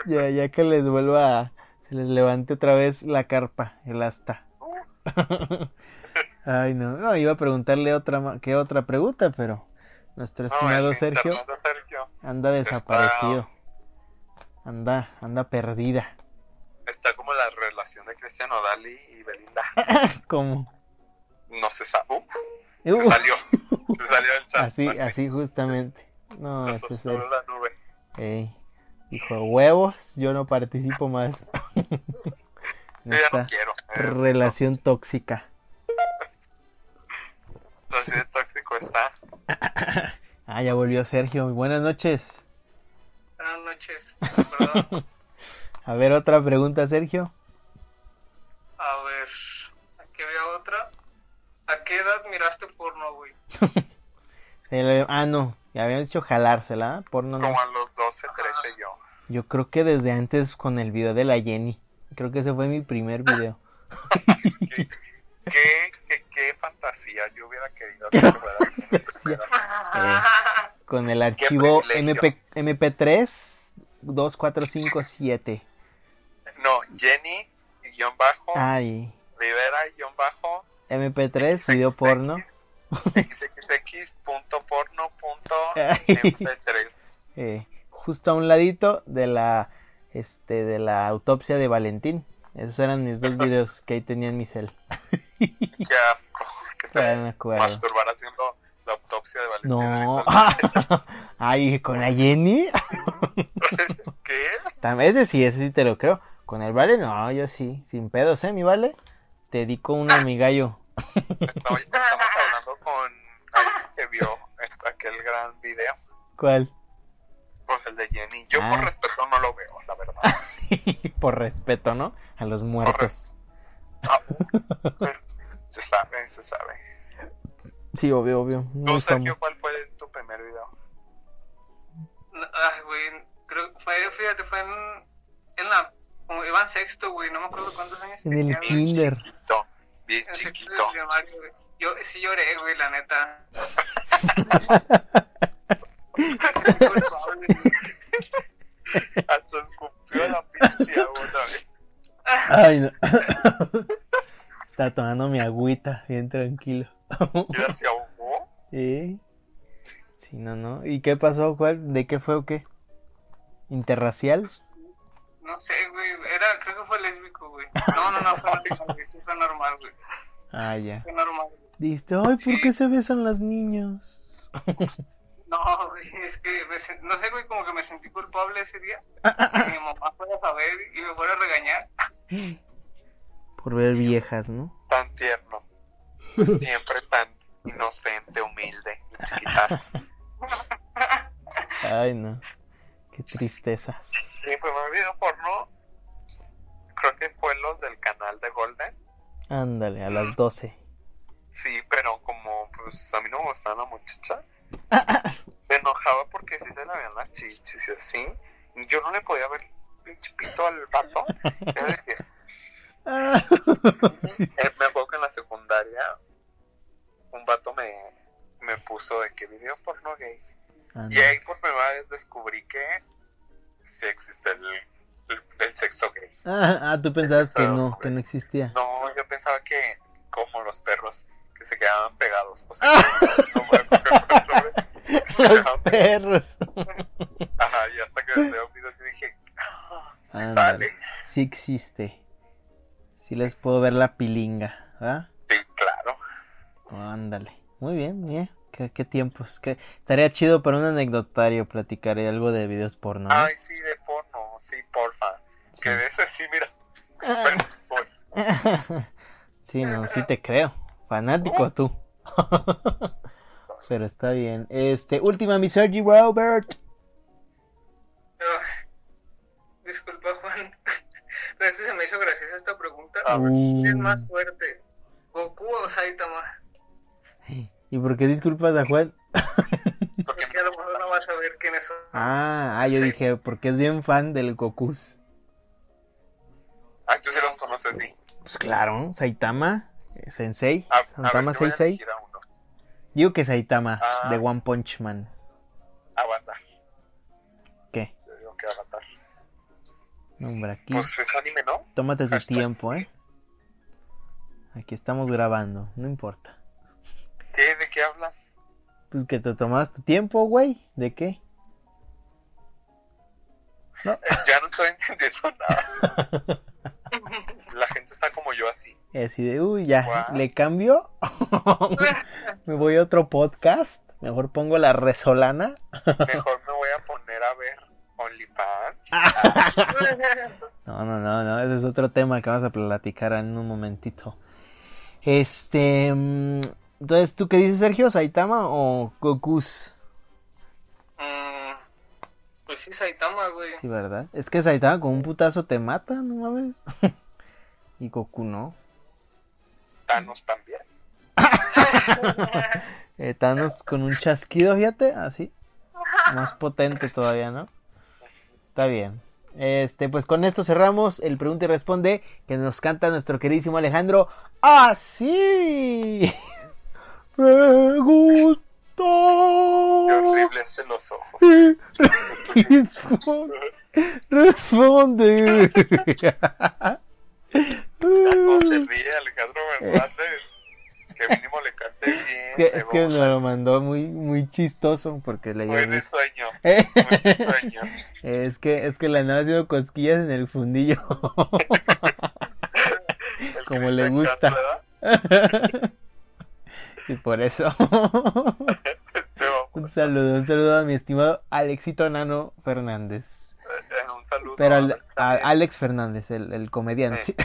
S2: Ya, ya que les vuelva a- se les levante otra vez la carpa, el asta. Ay, no. No, iba a preguntarle otra ma- qué otra pregunta, pero nuestro estimado
S3: el
S2: Sergio
S3: internet de Sergio
S2: anda desaparecido. Anda, anda perdida.
S3: está como la relación de Cristiano Dali y Belinda.
S2: Como
S3: No se sabe. Uh,
S2: Uh,
S3: se salió. Se salió del chat.
S2: así, así justamente. No,
S3: Nos
S2: ese es
S3: soltó
S2: el-
S3: la nube.
S2: Ey, hijo huevos, yo no participo más en
S3: Yo ya
S2: esta
S3: no quiero. eh.
S2: relación tóxica.
S3: Así de tóxico está.
S2: Ah, ya volvió Sergio. Buenas noches.
S4: Buenas noches. Perdón.
S2: A ver, otra pregunta, Sergio.
S4: A ver, aquí había otra. ¿A qué edad miraste porno, güey?
S2: Se le- Ah, no, ya habían dicho jalársela, ¿eh? porno no.
S3: Como a los 12, 13 yo.
S2: Yo creo que desde antes con el video de la Jenny. Creo que ese fue mi primer video.
S3: ¿Qué, qué, qué, qué fantasía yo hubiera querido que fuera.
S2: Eh, con el archivo MP,
S3: privilegio.
S2: MP3 2457.
S3: No, Jenny, guión bajo,
S2: Ay,
S3: Rivera, guión bajo,
S2: MP3, video porno.
S3: xxx.porno.mp3.
S2: eh, justo a un ladito de la este de la autopsia de Valentín. Esos eran mis dos videos que ahí tenía en mi cel.
S3: Qué asco. Que
S2: Todavía
S3: te
S2: me acuerdo.
S3: masturbar haciendo la autopsia de Valentín.
S2: No.
S3: Elizalde.
S2: Ay, con la Jenny.
S3: ¿Qué?
S2: Tam- Ese sí, ese sí te lo creo. Con el Vale, no, yo sí. Sin pedos, ¿eh, mi Vale? Te di con un amigallo.
S3: No, ya estamos hablando con alguien que vio este- aquel gran video.
S2: ¿Cuál?
S3: Pues el de Jenny. Yo
S2: Ah.
S3: por respeto no lo veo, la verdad.
S2: Por respeto, ¿no? A los muertos.
S3: Se sabe, se sabe.
S2: Sí, obvio, obvio. No
S3: ¿Tú,
S2: estamos-
S3: Sergio, cuál fue tu primer video?
S4: No, Ay, güey, creo que fue, fíjate, fue en, en la, como iba en sexto, güey, no me acuerdo cuántos años
S2: En el
S4: tenía, güey.
S2: kinder.
S3: Chiquito. Bien
S4: En sexto de
S3: chiquito.
S4: primaria, güey. Yo sí lloré, güey, la neta.
S3: Hasta escupió la pinche ¿eh? agua otra vez.
S2: Ay, no. Está tomando mi agüita, bien tranquilo.
S3: ¿Ya se ahogó?
S2: ¿Eh? Sí, no, no. ¿Y qué pasó? ¿Cuál? ¿De qué fue o qué? ¿Interracial?
S4: No sé, güey, era, creo que fue lésbico, güey. No, no, no, fue normal, güey, sí fue normal, güey,
S2: Ah, ya.
S4: fue normal. güey.
S2: Dijiste, ay, ¿por qué se besan las niños?
S4: No, güey, es que, me sen- no sé, güey, como que me sentí culpable ese día. Que mi mamá fuera a saber y me fuera a regañar.
S2: Por ver viejas, ¿no?
S3: Tan tierno. Siempre tan inocente, humilde, chiquita.
S2: Ay, no. Qué tristezas.
S3: Mi primer video porno creo que fue los del canal de Golden.
S2: Ándale, a las 12.
S3: Sí, pero como pues a mí no me gustaba la muchacha, me enojaba porque sí se le veían las chichis y así. y Yo no le podía ver pinche pito al rato. Yo dije,
S2: Ah,
S3: Eh, me acuerdo que en la secundaria un vato me, me puso de que video porno gay. Y ahí
S2: ándale.
S3: por primera vez descubrí que sí existe el, el, el sexo gay.
S2: Ah, ah, tú pensabas que no,
S3: pues.
S2: que no existía.
S3: No, yo pensaba que como los perros que se quedaban pegados. O sea, que no podían coger con el hombre, se
S2: Los
S3: quedaban pegados.
S2: perros.
S3: Ajá, y hasta que veo un video yo dije, ah, sí
S2: Ándale.
S3: sale.
S2: Sí existe. Sí les puedo ver la pilinga, ¿verdad?
S3: Sí, claro.
S2: Ándale. Muy bien, bien. Que qué, qué tiempos. Qué... Estaría chido para un anecdotario platicar algo de videos porno. ¿no?
S3: Ay, sí, de porno, sí, porfa. Que de ese sí, mira. experto soy.
S2: sí, no, sí te creo. Fanático tú. Pero está bien. Este, última, mi Sergi Robert.
S4: Ah, disculpa, Juan. Pero este se me hizo graciosa esta pregunta.
S3: A ver.
S4: ¿Quién es más fuerte? ¿Goku o Saitama?
S2: ¿Y por qué disculpas a Juan?
S3: Porque
S4: Porque a lo mejor no vas a ver quiénes son.
S2: Ah, ah, yo
S4: Sí.
S2: dije, porque es bien fan del Goku.
S3: Ah, tú sí los conoces, sí.
S2: Pues claro, Saitama, eh, Sensei,
S3: Ah, A, a ver,
S2: Saitama
S3: yo voy a
S2: Sensei.
S3: elegir a uno.
S2: Digo que Saitama,
S3: Ah.
S2: de One Punch Man.
S3: Avatar.
S2: ¿Qué?
S3: Yo digo que Avatar.
S2: No, Hombre, aquí,
S3: Pues es anime, ¿no?
S2: tómate tu
S3: hashtag.
S2: tiempo, ¿eh? Aquí estamos grabando, no importa.
S3: ¿Qué? ¿De qué hablas?
S2: Pues que te tomas tu tiempo, güey. ¿De qué?
S3: Eh, ya no estoy entendiendo nada. La gente está como yo así.
S2: Y así de, uy, ya,
S3: Guau.
S2: ¿le cambio? Me voy a otro podcast. Mejor pongo la resolana.
S3: Mejor me voy a poner a ver OnlyFans.
S2: No, no, no, no, ese es otro tema que vamos a platicar en un momentito. Este, mm, entonces, ¿tú qué dices, Sergio? ¿Saitama o Gokus?
S4: Mm, pues sí, Saitama, güey.
S2: Sí, ¿verdad? Es que Saitama con un putazo te mata, no mames. y Goku no.
S3: Thanos también.
S2: Eh, Thanos con un chasquido, fíjate, así. Más potente todavía, ¿no? Está bien. Este, pues con esto cerramos el pregunta y responde que nos canta nuestro queridísimo Alejandro. Así. Pregunta.
S3: Qué horrible es el oso.
S2: y respon- Responde.
S3: Ya no
S2: Mm.
S3: se ríe Alejandro Fernández. Que mínimo le cante bien.
S2: Es que,
S3: le
S2: es que
S3: vamos
S2: nos
S3: a-
S2: lo mandó muy, muy chistoso porque le
S3: Fue de
S2: llevé.
S3: sueño.
S2: Eh,
S3: Fue de sueño.
S2: es que es que le andaba haciendo cosquillas en el fundillo.
S3: El
S2: Como
S3: Cristian
S2: le gusta.
S3: Castro,
S2: y por eso.
S3: ¿verdad? Pero,
S2: un saludo, un saludo a mi estimado Alexito Nano Fernández.
S3: eh, un saludo.
S2: Pero
S3: a
S2: al-
S3: ver,
S2: a
S3: también,
S2: Alex Fernández, el, el comediante.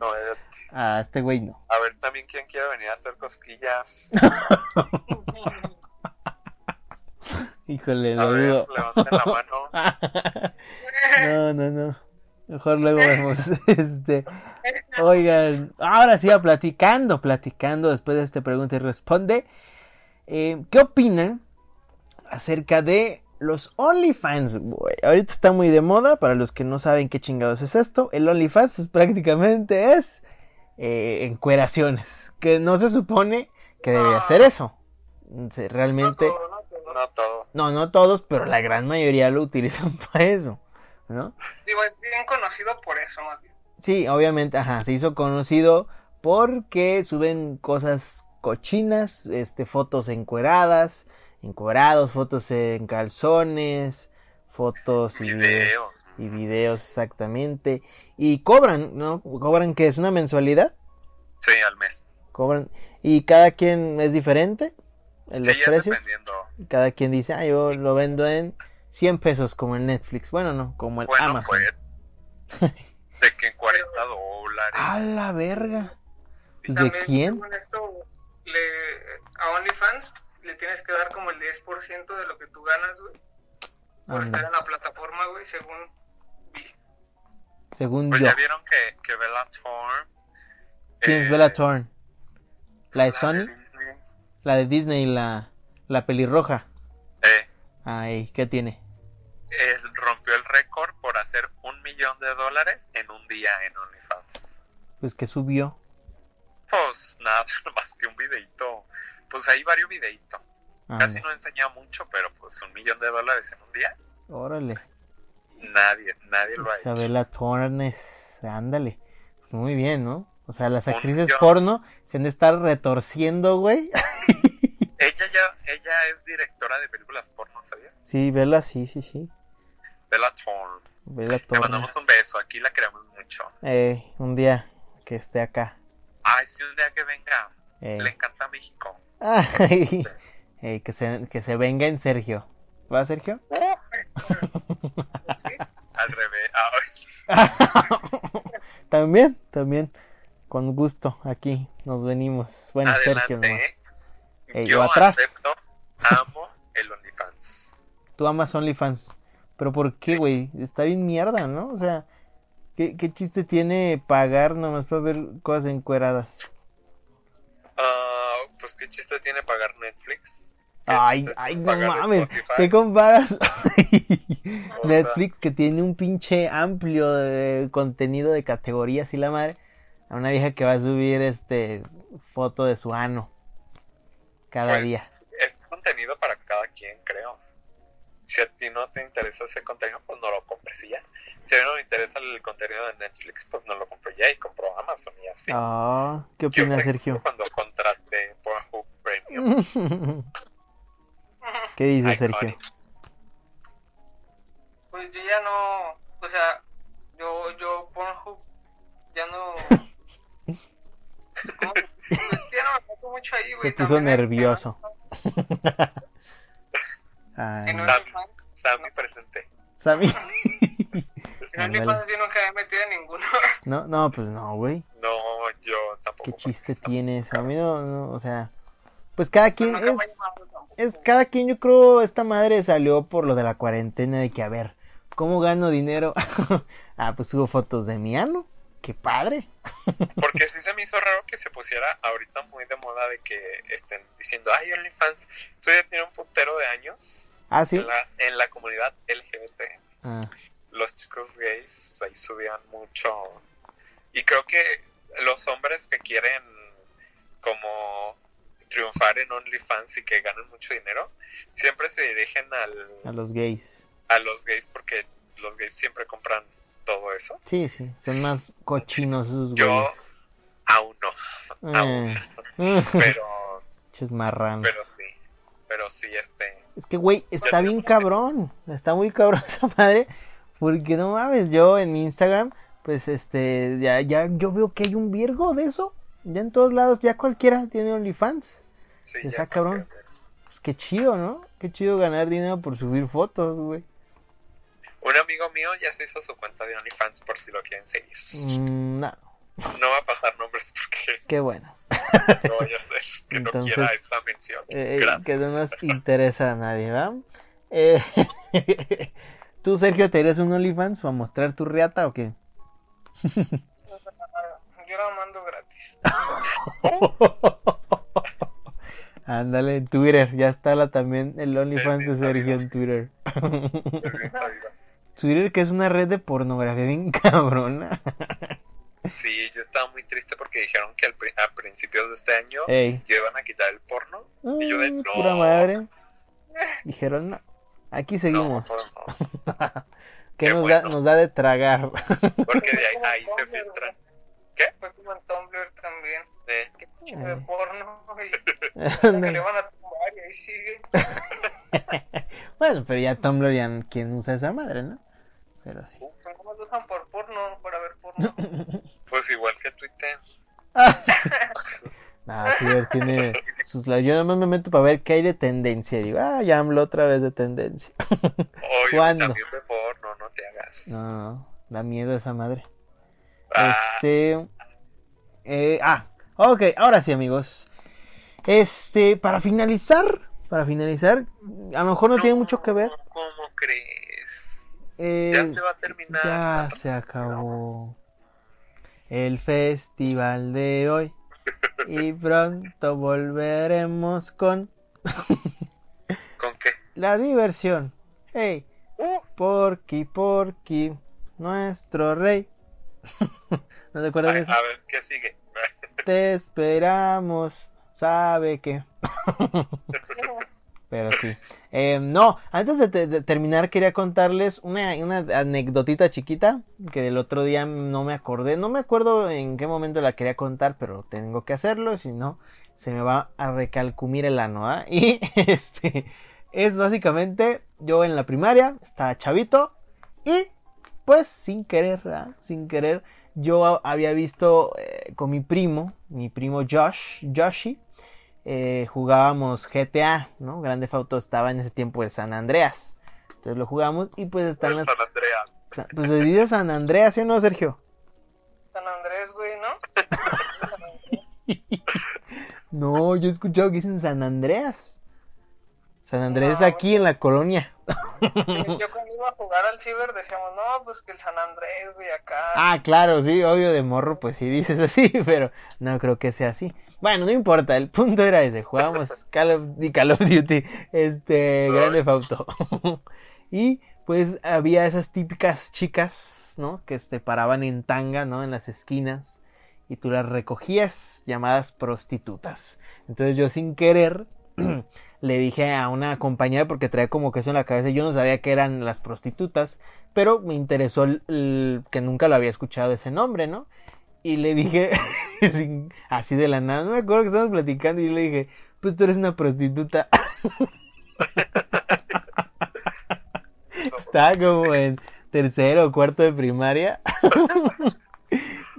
S3: no, eh,
S2: a este güey no.
S3: a ver también quién quiere venir a hacer cosquillas.
S2: Híjole,
S3: A
S2: lo
S3: ver,
S2: dudo.
S3: levanten la mano.
S2: No, no, no. Mejor luego vemos. Este, oigan, ahora sí, a platicando, platicando después de este pregunta y responde. eh, ¿Qué opinan acerca de los OnlyFans, güey? Ahorita está muy de moda, para los que no saben qué chingados es esto. El OnlyFans, pues prácticamente es eh, encueraciones, que no se supone que debería ser eso. Se- Realmente.
S4: No, no, no, no.
S3: No todo.
S2: No, no todos, pero la gran mayoría lo utilizan para eso, ¿no?
S4: Digo, es bien conocido por eso, más bien.
S2: Sí, obviamente, ajá, se hizo conocido porque suben cosas cochinas, este, fotos encueradas, encuerados, fotos en calzones, fotos y videos,
S3: Videos.
S2: y videos exactamente, y cobran, ¿no? Cobran que es una mensualidad,
S3: Sí, al mes.
S2: cobran, y cada quien es diferente, en los
S3: Sí, ya
S2: precios.
S3: dependiendo.
S2: cada quien dice, ah, yo lo vendo en 100 pesos como en Netflix. Bueno, no, como el
S3: Bueno, pues,
S2: Amazon.
S3: fue de que en 40 dólares.
S2: A la verga.
S4: Y
S2: ¿De quién?
S4: según esto, le, a OnlyFans le tienes que dar como el 10% de lo que tú ganas, güey, por
S3: pues,
S2: Anda.
S4: estar en la plataforma, güey, según vi.
S2: Según
S3: Pues
S2: yo.
S3: ya vieron que, que Bella Thorne.
S2: ¿Quién es
S3: eh,
S2: Bella Thorne? ¿La de
S3: la
S2: Sony?
S3: Disney,
S2: La de Disney, la, la pelirroja.
S3: eh,
S2: Ay, ¿qué tiene?
S3: él rompió el récord por hacer un millón de dólares en un día en OnlyFans.
S2: Pues que subió.
S3: Pues nada más que un videito. Pues hay varios videitos. Casi
S2: Anda,
S3: no enseña mucho, pero pues un millón de dólares en un día.
S2: Órale.
S3: Nadie, nadie lo ha hecho.
S2: Isabela Thorne, es- ándale. Pues muy bien, ¿no? O sea, las
S3: Un
S2: actrices
S3: millón.
S2: porno se han de estar retorciendo, güey.
S3: Ella ya ella es directora de películas porno, ¿sabías?
S2: Sí, Bella, sí, sí, sí.
S3: Bella Thorne.
S2: Bella
S3: Te
S2: Thorne.
S3: mandamos un beso, aquí la queremos mucho.
S2: Eh, un día que esté acá.
S3: Ay, si un día que venga,
S2: Eh.
S3: le encanta México.
S2: Ay, Eh, que, se, que se venga en Sergio. ¿Va Sergio?
S4: Sí.
S3: Al revés. Ah, sí.
S2: también, también. Con gusto, aquí nos venimos. Bueno, Sergio,
S3: Adelante,
S2: nomás.
S3: ¿eh?
S2: Ey,
S3: Yo
S2: yo atrás.
S3: acepto, amo el OnlyFans.
S2: tú amas OnlyFans. Pero ¿por qué,
S3: Sí.
S2: güey? Está bien mierda, ¿no? O sea, ¿qué, qué chiste tiene pagar nomás para ver cosas encueradas?
S3: Ah, pues qué chiste tiene pagar Netflix. ¿Qué
S2: Ay,
S3: chiste
S2: ay,
S3: tiene
S2: no
S3: pagar
S2: mames.
S3: Spotify?
S2: ¿Qué comparas?
S3: O sea,
S2: Netflix, que tiene un pinche amplio de contenido de categorías y la madre, a una vieja que va a subir este foto de su ano cada
S3: pues,
S2: día.
S3: Es contenido para cada quien, creo. Si a ti no te interesa ese contenido, pues no lo compres y ya. Si a mí no me interesa el contenido de Netflix, pues no lo compro ya y compro Amazon y así.
S2: Ah, ¿Qué
S3: Yo,
S2: opinas,
S3: por ejemplo,
S2: Sergio?
S3: Cuando contraté Pornhub Premium.
S2: ¿Qué dices,
S3: Iconic.
S2: Sergio?
S4: Pues yo ya no, o sea, yo, yo Pornhub ya no. ¿Cómo? Pues que ya no me meto mucho ahí, güey.
S2: Se puso
S4: también, eh,
S2: nervioso.
S4: En en
S2: Ay,
S3: Sam.
S4: OnlyFans,
S3: Sammy presente.
S2: Sammy.
S4: en OnlyFans yo nunca me he metido en ninguno.
S2: No, no, pues no, güey.
S3: No, yo
S2: ¿Qué
S3: tampoco.
S2: chiste
S3: porque
S2: tienes? A mí no, no, o sea. Pues cada quien
S4: Nunca
S2: es.
S4: me ha llamado tampoco.
S2: es cada quien, yo creo, esta madre salió por lo de la cuarentena de que, a ver, ¿cómo gano dinero? ah, pues subo fotos de mi ano. Qué padre.
S3: Porque sí se me hizo raro que se pusiera ahorita muy de moda de que estén diciendo, ay, OnlyFans. Esto ya tiene un puntero de años
S2: Ah, sí.
S3: en, la, en la comunidad LGBT.
S2: Ah,
S3: Los chicos gays ahí subían mucho. Y creo que los hombres que quieren como triunfar en OnlyFans y que ganan mucho dinero, siempre se dirigen
S2: a
S3: al,
S2: los gays.
S3: a los gays porque los gays siempre compran todo eso.
S2: Sí, sí. Son más cochinos esos
S3: Yo
S2: güeyes.
S3: aún no, aún
S2: Eh.
S3: pero...
S2: Ches marranos.
S3: Pero sí, pero sí, este.
S2: Es que, güey, está
S3: Ya
S2: bien
S3: tenemos tiempo.
S2: cabrón. Está muy cabrón esa madre. Porque no mames, yo en mi Instagram, pues este, ya, ya, yo veo que hay un Virgo de eso. Ya en todos lados, ya cualquiera tiene OnlyFans.
S3: Sí,
S2: Está
S3: ya
S2: cabrón.
S3: cualquier-
S2: Pues qué chido, ¿no? Qué chido ganar dinero por subir fotos, güey.
S3: Un amigo mío ya se hizo su cuenta de OnlyFans por si lo quieren seguir.
S2: Mm, no,
S3: No va a pasar nombres porque
S2: qué bueno.
S3: no vaya a ser que no
S2: Entonces,
S3: quiera esta mención.
S2: Eh,
S3: Gracias.
S2: que no nos interesa a nadie, ¿va? Eh, ¿Tú, Sergio, te harías un OnlyFans para mostrar tu riata o qué?
S4: Yo la mando gratis.
S2: Ándale, en Twitter, ya está la también el OnlyFans de
S3: sí,
S2: Sergio
S3: amigo.
S2: en Twitter.
S3: Es bien sabido.
S2: Twitter que es una red de pornografía bien cabrona.
S3: Sí, yo estaba muy triste porque dijeron que al pri- a principios de este año
S2: Ey.
S3: ya iban a quitar el porno. Y yo de,
S2: Mm,
S3: no.
S2: Pura madre. Dijeron, no, aquí
S3: No, pues
S2: seguimos.
S3: no, no,
S2: que
S3: qué
S2: nos, da,
S3: bueno.
S2: nos da de tragar.
S3: porque de ahí, ahí
S4: Fue como en
S3: se
S4: Tumblr,
S3: filtra.
S4: güey.
S3: ¿Qué?
S4: Fue como en Tumblr también.
S3: eh,
S4: Que pinche de
S2: Ay.
S4: porno, güey. Que le
S2: Ándale.
S4: van a tumbar y ahí sigue.
S2: bueno, pero ya Tumblr ya quien usa esa madre, ¿no? Pero sí.
S4: Pero no lo usan por porno, para ver porno.
S3: pues igual que Twitter.
S2: Nada, Twitter tiene sus lados. Yo nada más me meto para ver qué hay de tendencia. Digo, ah, ya hablo otra vez de tendencia.
S3: Oye,
S2: ¿Cuándo?
S3: también de porno, no te hagas.
S2: No, no, no, da miedo esa madre.
S3: Ah,
S2: Este. eh, ah, ok, ahora sí, amigos. Este, para finalizar, para finalizar, a lo mejor no, tiene mucho que ver.
S3: ¿Cómo crees?
S2: eh,
S3: Ya se va a terminar.
S2: ya se acabó el festival de hoy. Y pronto volveremos con
S3: ¿Con qué?
S2: la diversión. Hey,
S3: Uh.
S2: Porky, Porky, nuestro rey. ¿No te acuerdas
S3: Ay,
S2: de eso?
S3: a ver, ¿qué sigue?
S2: Te esperamos, sabe que. Pero sí. Eh, no, antes de, te- de terminar quería contarles una, una anecdotita chiquita que del otro día no me acordé. No me acuerdo en qué momento la quería contar, pero tengo que hacerlo, si no se me va a recalcumir el ano. ¿ah? Y este es básicamente yo en la primaria, estaba chavito y pues sin querer, ¿verdad? sin querer, yo había visto eh, con mi primo, mi primo Josh, Joshi, eh, jugábamos GTA, ¿no? Grande Auto estaba en ese tiempo el San Andreas. Entonces lo jugamos y pues están
S3: El
S2: las...
S3: San Andreas.
S2: Pues se dice San Andreas, ¿sí o no, Sergio?
S4: San Andrés, güey, ¿no?
S2: No, yo he escuchado que dicen San Andreas. San Andrés es
S4: No.
S2: aquí en la colonia.
S4: Sí, Yo cuando iba a jugar al ciber decíamos, no, pues que el San Andrés, güey, acá.
S2: Ah, claro, sí, obvio de morro, pues sí dices así, pero no creo que sea así. Bueno, no importa, el punto era ese, jugábamos Call of, y Call of Duty, este, Grande Auto. y pues había esas típicas chicas, ¿no? Que te paraban en tanga, ¿no? En las esquinas y tú las recogías, llamadas prostitutas. Entonces yo sin querer le dije a una compañera porque traía como que eso en la cabeza, yo no sabía que eran las prostitutas, pero me interesó el- el- que nunca lo había escuchado ese nombre, ¿no? Y le dije, sin- así de la nada, no me acuerdo que estábamos platicando y yo le dije, pues tú eres una prostituta. Estaba como en tercero o cuarto de primaria.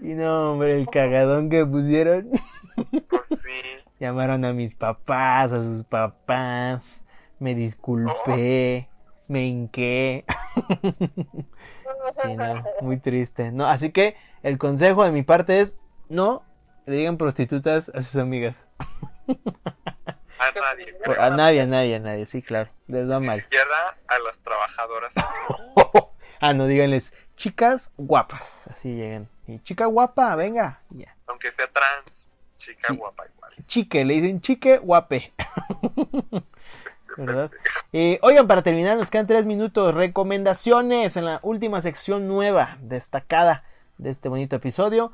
S2: y no, hombre, el cagadón que pusieron.
S3: Pues sí.
S2: Llamaron a mis papás, a sus papás. Me disculpé, me hinqué. Sí, no, muy triste. No, así que el consejo de mi parte es no le digan prostitutas a sus amigas.
S3: A nadie.
S4: Por-
S2: Por- A nadie, a nadie, a nadie, sí, claro. Les va
S3: Ni
S2: mal.
S3: siquiera a las trabajadoras.
S2: ah, no, díganles, chicas guapas. Así llegan. Y chica guapa, venga. Ya.
S3: Aunque sea trans. Chica
S2: Sí.
S3: guapa igual.
S2: Chique, le dicen chique guape. ¿Verdad? Eh, oigan, para terminar, nos quedan tres minutos. Recomendaciones en la última sección nueva, destacada de este bonito episodio.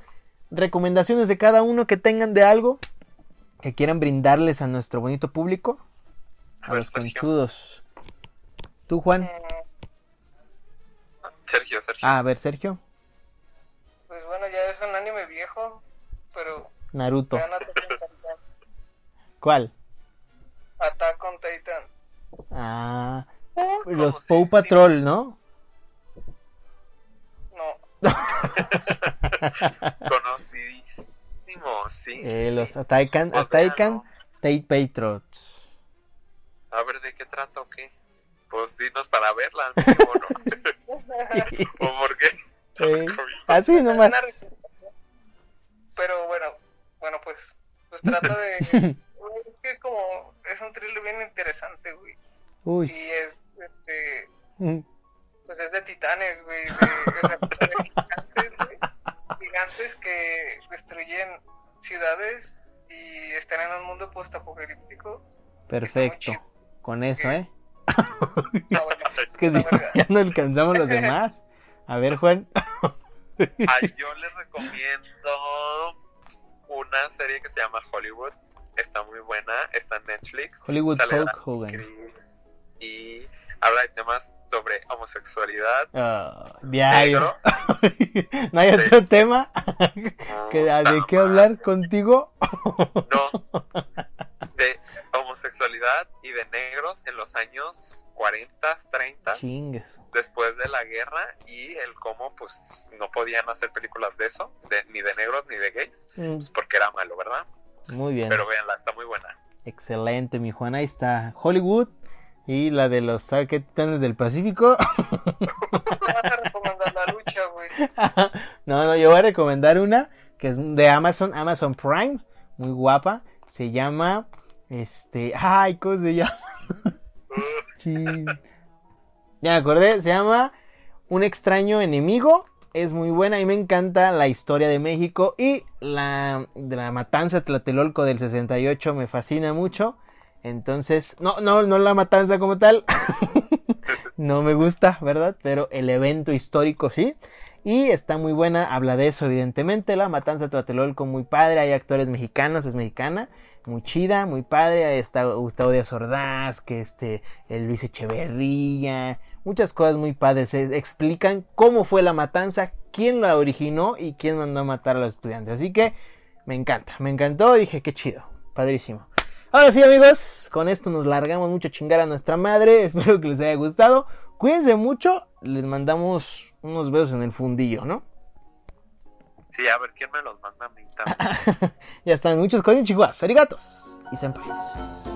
S2: Recomendaciones de cada uno que tengan de algo que quieran brindarles a nuestro bonito público.
S3: A
S2: A
S3: ver,
S2: los
S3: Pues, Sergio.
S2: conchudos. ¿Tú, Juan?
S4: Mm,
S3: Sergio, Sergio.
S2: Ah, a ver, Sergio.
S4: Pues bueno, ya es un anime viejo, pero
S2: Naruto.
S4: vean Attack on Titan.
S2: ¿Cuál?
S4: Attack on Titan.
S2: Ah,
S3: Vamos,
S2: los
S3: sí,
S2: Pou
S3: sí.
S2: Patrol, ¿no?
S4: No,
S3: Conocidísimo, sí.
S2: Eh,
S3: sí,
S2: los
S3: sí.
S2: Ataikan,
S3: Pues
S2: Ataikan,
S3: véanlo.
S2: Tate Patriots.
S3: A ver, ¿de qué trata o qué? Pues dinos para verla, amigo, ¿o no? ¿O por qué? lo
S2: Eh,
S3: recomiendas?
S2: Así
S4: Pues es
S2: nomás.
S4: una recomendación. Pero bueno, bueno pues, pues trata de... es que es como, es un thriller bien interesante, güey.
S2: Uy.
S4: Y es, este,
S2: Mm.
S4: pues es de titanes, güey. De, o sea, de gigantes, güey, gigantes que destruyen ciudades y están en un mundo postapocalíptico.
S2: Perfecto. Con eso, ¿eh?
S4: Ah, bueno,
S2: Es que si
S4: la verga.
S2: ya no alcanzamos los demás. A ver, Juan.
S3: Ay, yo les recomiendo una serie que se llama Hollywood. Está muy buena, está en Netflix.
S2: Hollywood
S3: Sale
S2: Hulk
S3: Dan
S2: Hogan.
S3: Chris, Y habla de temas sobre homosexualidad,
S2: Ah, diario.
S3: negros.
S2: ¿No hay otro tema que, de
S3: Nada
S2: qué
S3: más.
S2: hablar contigo?
S3: Ah, No. De homosexualidad y de negros en los años 40, 30,
S2: Chingues.
S3: después de la guerra y el cómo pues no podían hacer películas de eso, de- ni de negros ni de gays,
S2: Mm,
S3: pues, porque era malo, ¿verdad?
S2: Muy bien.
S3: Pero véanla, está muy buena.
S2: Excelente, mi Juan. Ahí está. Hollywood. Y la de los ¿sabe qué? titanes del Pacífico.
S4: Vas a recomendar la lucha, güey.
S2: no, no, yo voy a recomendar una que es de Amazon, Amazon Prime, muy guapa. Se llama, este, ay, ¿cómo se llama? Chis. ya me acordé, se llama Un extraño enemigo. Es muy buena y me encanta la historia de México y la, de la matanza Tlatelolco del 68 me fascina mucho. Entonces, no, no, no la matanza como tal. no me gusta, ¿verdad? Pero el evento histórico sí. Y está muy buena, habla de eso, evidentemente. La Matanza de Tlatelolco, muy padre. Hay actores mexicanos, es mexicana, muy chida, muy padre. Ahí está Gustavo Díaz Ordaz, que este, el Luis Echeverría, muchas cosas muy padres. Se explican cómo fue la matanza, quién la originó y quién mandó a matar a los estudiantes. Así que me encanta, me encantó. Dije, qué chido, padrísimo. Ahora sí, amigos, con esto nos largamos mucho a chingar a nuestra madre. Espero que les haya gustado. Cuídense mucho. Les mandamos unos besos en el fundillo, ¿no?
S3: Sí, a ver quién me los manda a mí también.
S2: ya están muchos códigos chihuahuas, arigatos y senpais.